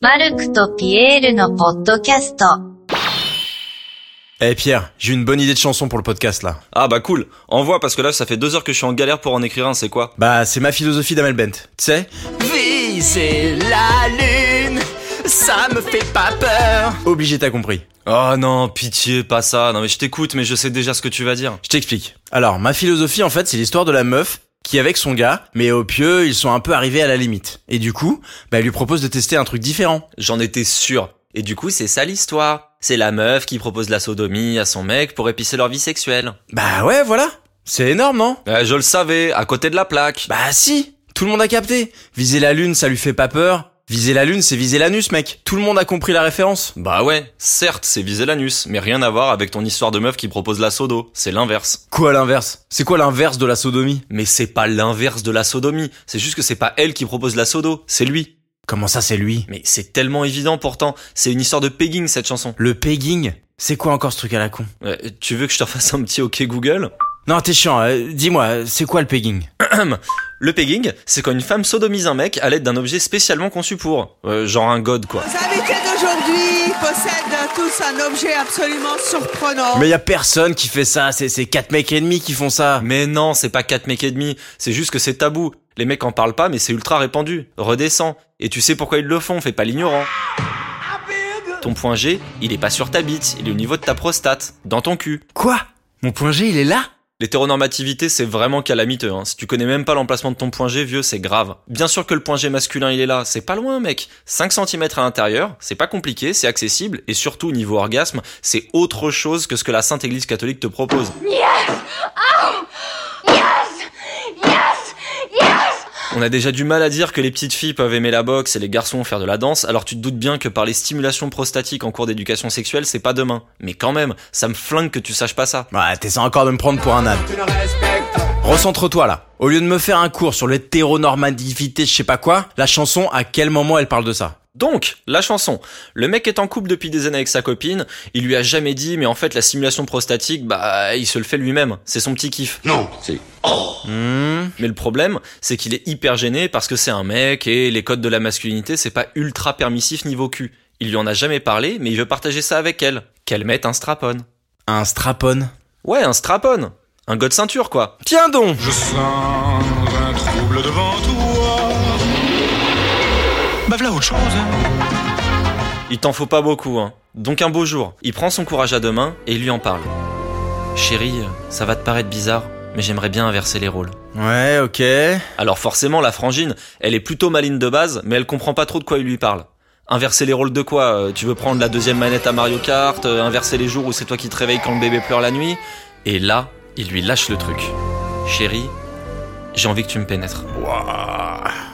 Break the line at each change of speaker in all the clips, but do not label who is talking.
マルクとピエールのポッドキャスト。
Eh Pierre, j'ai une bonne idée de chanson pour le podcast là.
Ah bah cool, envoie parce que là ça fait deux heures que je suis en galère pour en écrire un, c'est quoi
Bah c'est ma philosophie d'Amel Bent, tu sais
Viser la lune, ça me fait pas peur.
Obligé t'as compris.
Oh non, pitié, pas ça, non mais je t'écoute mais je sais déjà ce que tu vas dire.
Je t'explique. Alors ma philosophie en fait c'est l'histoire de la meuf qui avec son gars, mais au pieu ils sont un peu arrivés à la limite. Et du coup, bah elle lui propose de tester un truc différent.
J'en étais sûr. Et du coup c'est ça l'histoire. C'est la meuf qui propose la sodomie à son mec pour épicer leur vie sexuelle.
Bah ouais voilà, c'est énorme non
Euh, je le savais, à côté de la plaque.
Bah si, tout le monde a capté. Viser la lune ça lui fait pas peur. Viser la lune c'est viser l'anus mec, tout le monde a compris la référence.
Bah ouais, certes c'est viser l'anus, mais rien à voir avec ton histoire de meuf qui propose la sodo, c'est l'inverse.
Quoi l'inverse C'est quoi l'inverse de la sodomie
Mais c'est pas l'inverse de la sodomie, c'est juste que c'est pas elle qui propose la sodo, c'est lui.
Comment ça c'est lui
Mais c'est tellement évident pourtant, c'est une histoire de pegging cette chanson.
Le pegging C'est quoi encore ce truc à la con
Euh, tu veux que je te fasse un petit ok Google
Non, t'es chiant. euh, Dis-moi, c'est quoi le pegging
Le pegging, c'est quand une femme sodomise un mec à l'aide d'un objet spécialement conçu pour. Euh, genre un god, quoi.
Nos invités d'aujourd'hui possèdent tous un objet absolument surprenant.
Mais y a personne qui fait ça. C'est c'est quatre mecs et demi qui font ça.
Mais non, c'est pas 4 mecs et demi, c'est juste que c'est tabou. Les mecs en parlent pas, mais c'est ultra répandu. Redescends. Et tu sais pourquoi ils le font, fais pas l'ignorant. Ton point G, il est pas sur ta bite, il est au niveau de ta prostate, dans ton cul.
Quoi Mon point G, il est là
L'hétéronormativité, c'est vraiment calamiteux. Hein. Si tu connais même pas l'emplacement de ton point G, vieux, c'est grave. Bien sûr que le point G masculin, il est là. C'est pas loin, mec. 5 cm à l'intérieur, c'est pas compliqué, c'est accessible, et surtout, niveau orgasme, c'est autre chose que ce que la Sainte Église catholique te propose. On a déjà du mal à dire que les petites filles peuvent aimer la boxe et les garçons faire de la danse, alors tu te doutes bien que par les stimulations prostatiques en cours d'éducation sexuelle, c'est pas demain. Mais quand même, ça me flingue que tu saches pas ça.
Ouais, t'essaies encore de me prendre pour un âne. Recentre-toi là. Au lieu de me faire un cours sur l'hétéronormativité, je sais pas quoi, la chanson, à quel moment elle parle de ça
Donc, la chanson. Le mec est en couple depuis des années avec sa copine, il lui a jamais dit, mais en fait, la simulation prostatique, bah, il se le fait lui-même. C'est son petit kiff.
Non, c'est
Hmm.
Mais le problème, c'est qu'il est hyper gêné parce que c'est un mec et les codes de la masculinité, c'est pas ultra permissif niveau cul. Il lui en a jamais parlé, mais il veut partager ça avec elle. Qu'elle mette un strapon.
Un strapon.
Ouais, un strapon. Un god ceinture, quoi.
Tiens donc
Je sens un trouble devant toi. Bah voilà autre chose.
Il t'en faut pas beaucoup, hein. Donc un beau jour, il prend son courage à deux mains et il lui en parle. Chérie, ça va te paraître bizarre, mais j'aimerais bien inverser les rôles.
Ouais, ok.
Alors forcément, la frangine, elle est plutôt maline de base, mais elle comprend pas trop de quoi il lui parle. Inverser les rôles de quoi Euh, Tu veux prendre la deuxième manette à Mario Kart euh, Inverser les jours où c'est toi qui te réveilles quand le bébé pleure la nuit Et là, il lui lâche le truc. Chérie, j'ai envie que tu me pénètres.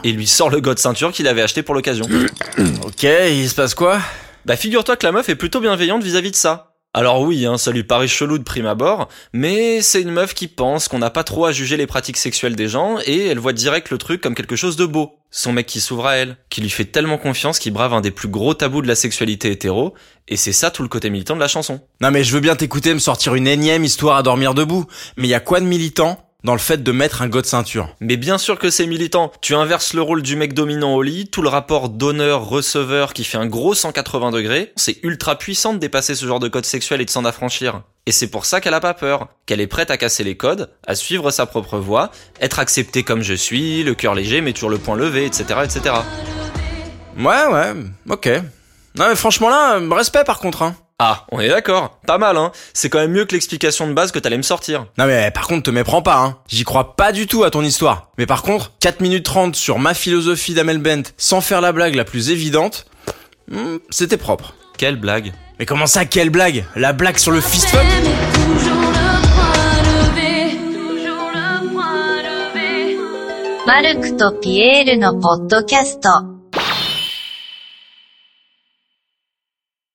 Et il lui sort le god ceinture qu'il avait acheté pour l'occasion.
Ok, il se passe quoi
Bah figure-toi que la meuf est plutôt bienveillante vis-à-vis de ça. Alors oui, hein, ça lui paraît chelou de prime abord, mais c'est une meuf qui pense qu'on n'a pas trop à juger les pratiques sexuelles des gens et elle voit direct le truc comme quelque chose de beau. Son mec qui s'ouvre à elle, qui lui fait tellement confiance qu'il brave un des plus gros tabous de la sexualité hétéro, et c'est ça tout le côté militant de la chanson.
Non mais je veux bien t'écouter me sortir une énième histoire à dormir debout, mais y a quoi de militant dans le fait de mettre un god ceinture
Mais bien sûr que c'est militant. Tu inverses le rôle du mec dominant au lit, tout le rapport donneur-receveur qui fait un gros 180 degrés. C'est ultra puissant de dépasser ce genre de code sexuel et de s'en affranchir. Et c'est pour ça qu'elle a pas peur, qu'elle est prête à casser les codes, à suivre sa propre voie, être acceptée comme je suis, le cœur léger mais toujours le point levé, etc., etc.
Ouais, ouais, ok. Non, mais franchement là, euh, respect par contre, hein.
Ah, on est d'accord. Pas mal, hein. C'est quand même mieux que l'explication de base que t'allais me sortir.
Non mais euh, par contre, te méprends pas, hein. J'y crois pas du tout à ton histoire. Mais par contre, 4 minutes 30 sur ma philosophie d'Amel Bent, sans faire la blague la plus évidente, hmm, c'était propre.
Quelle blague.
Mais comment ça, quelle blague La blague sur le fist bump
Toujours le point levé, toujours le point levé.
マルクとピエールのポッドキャスト。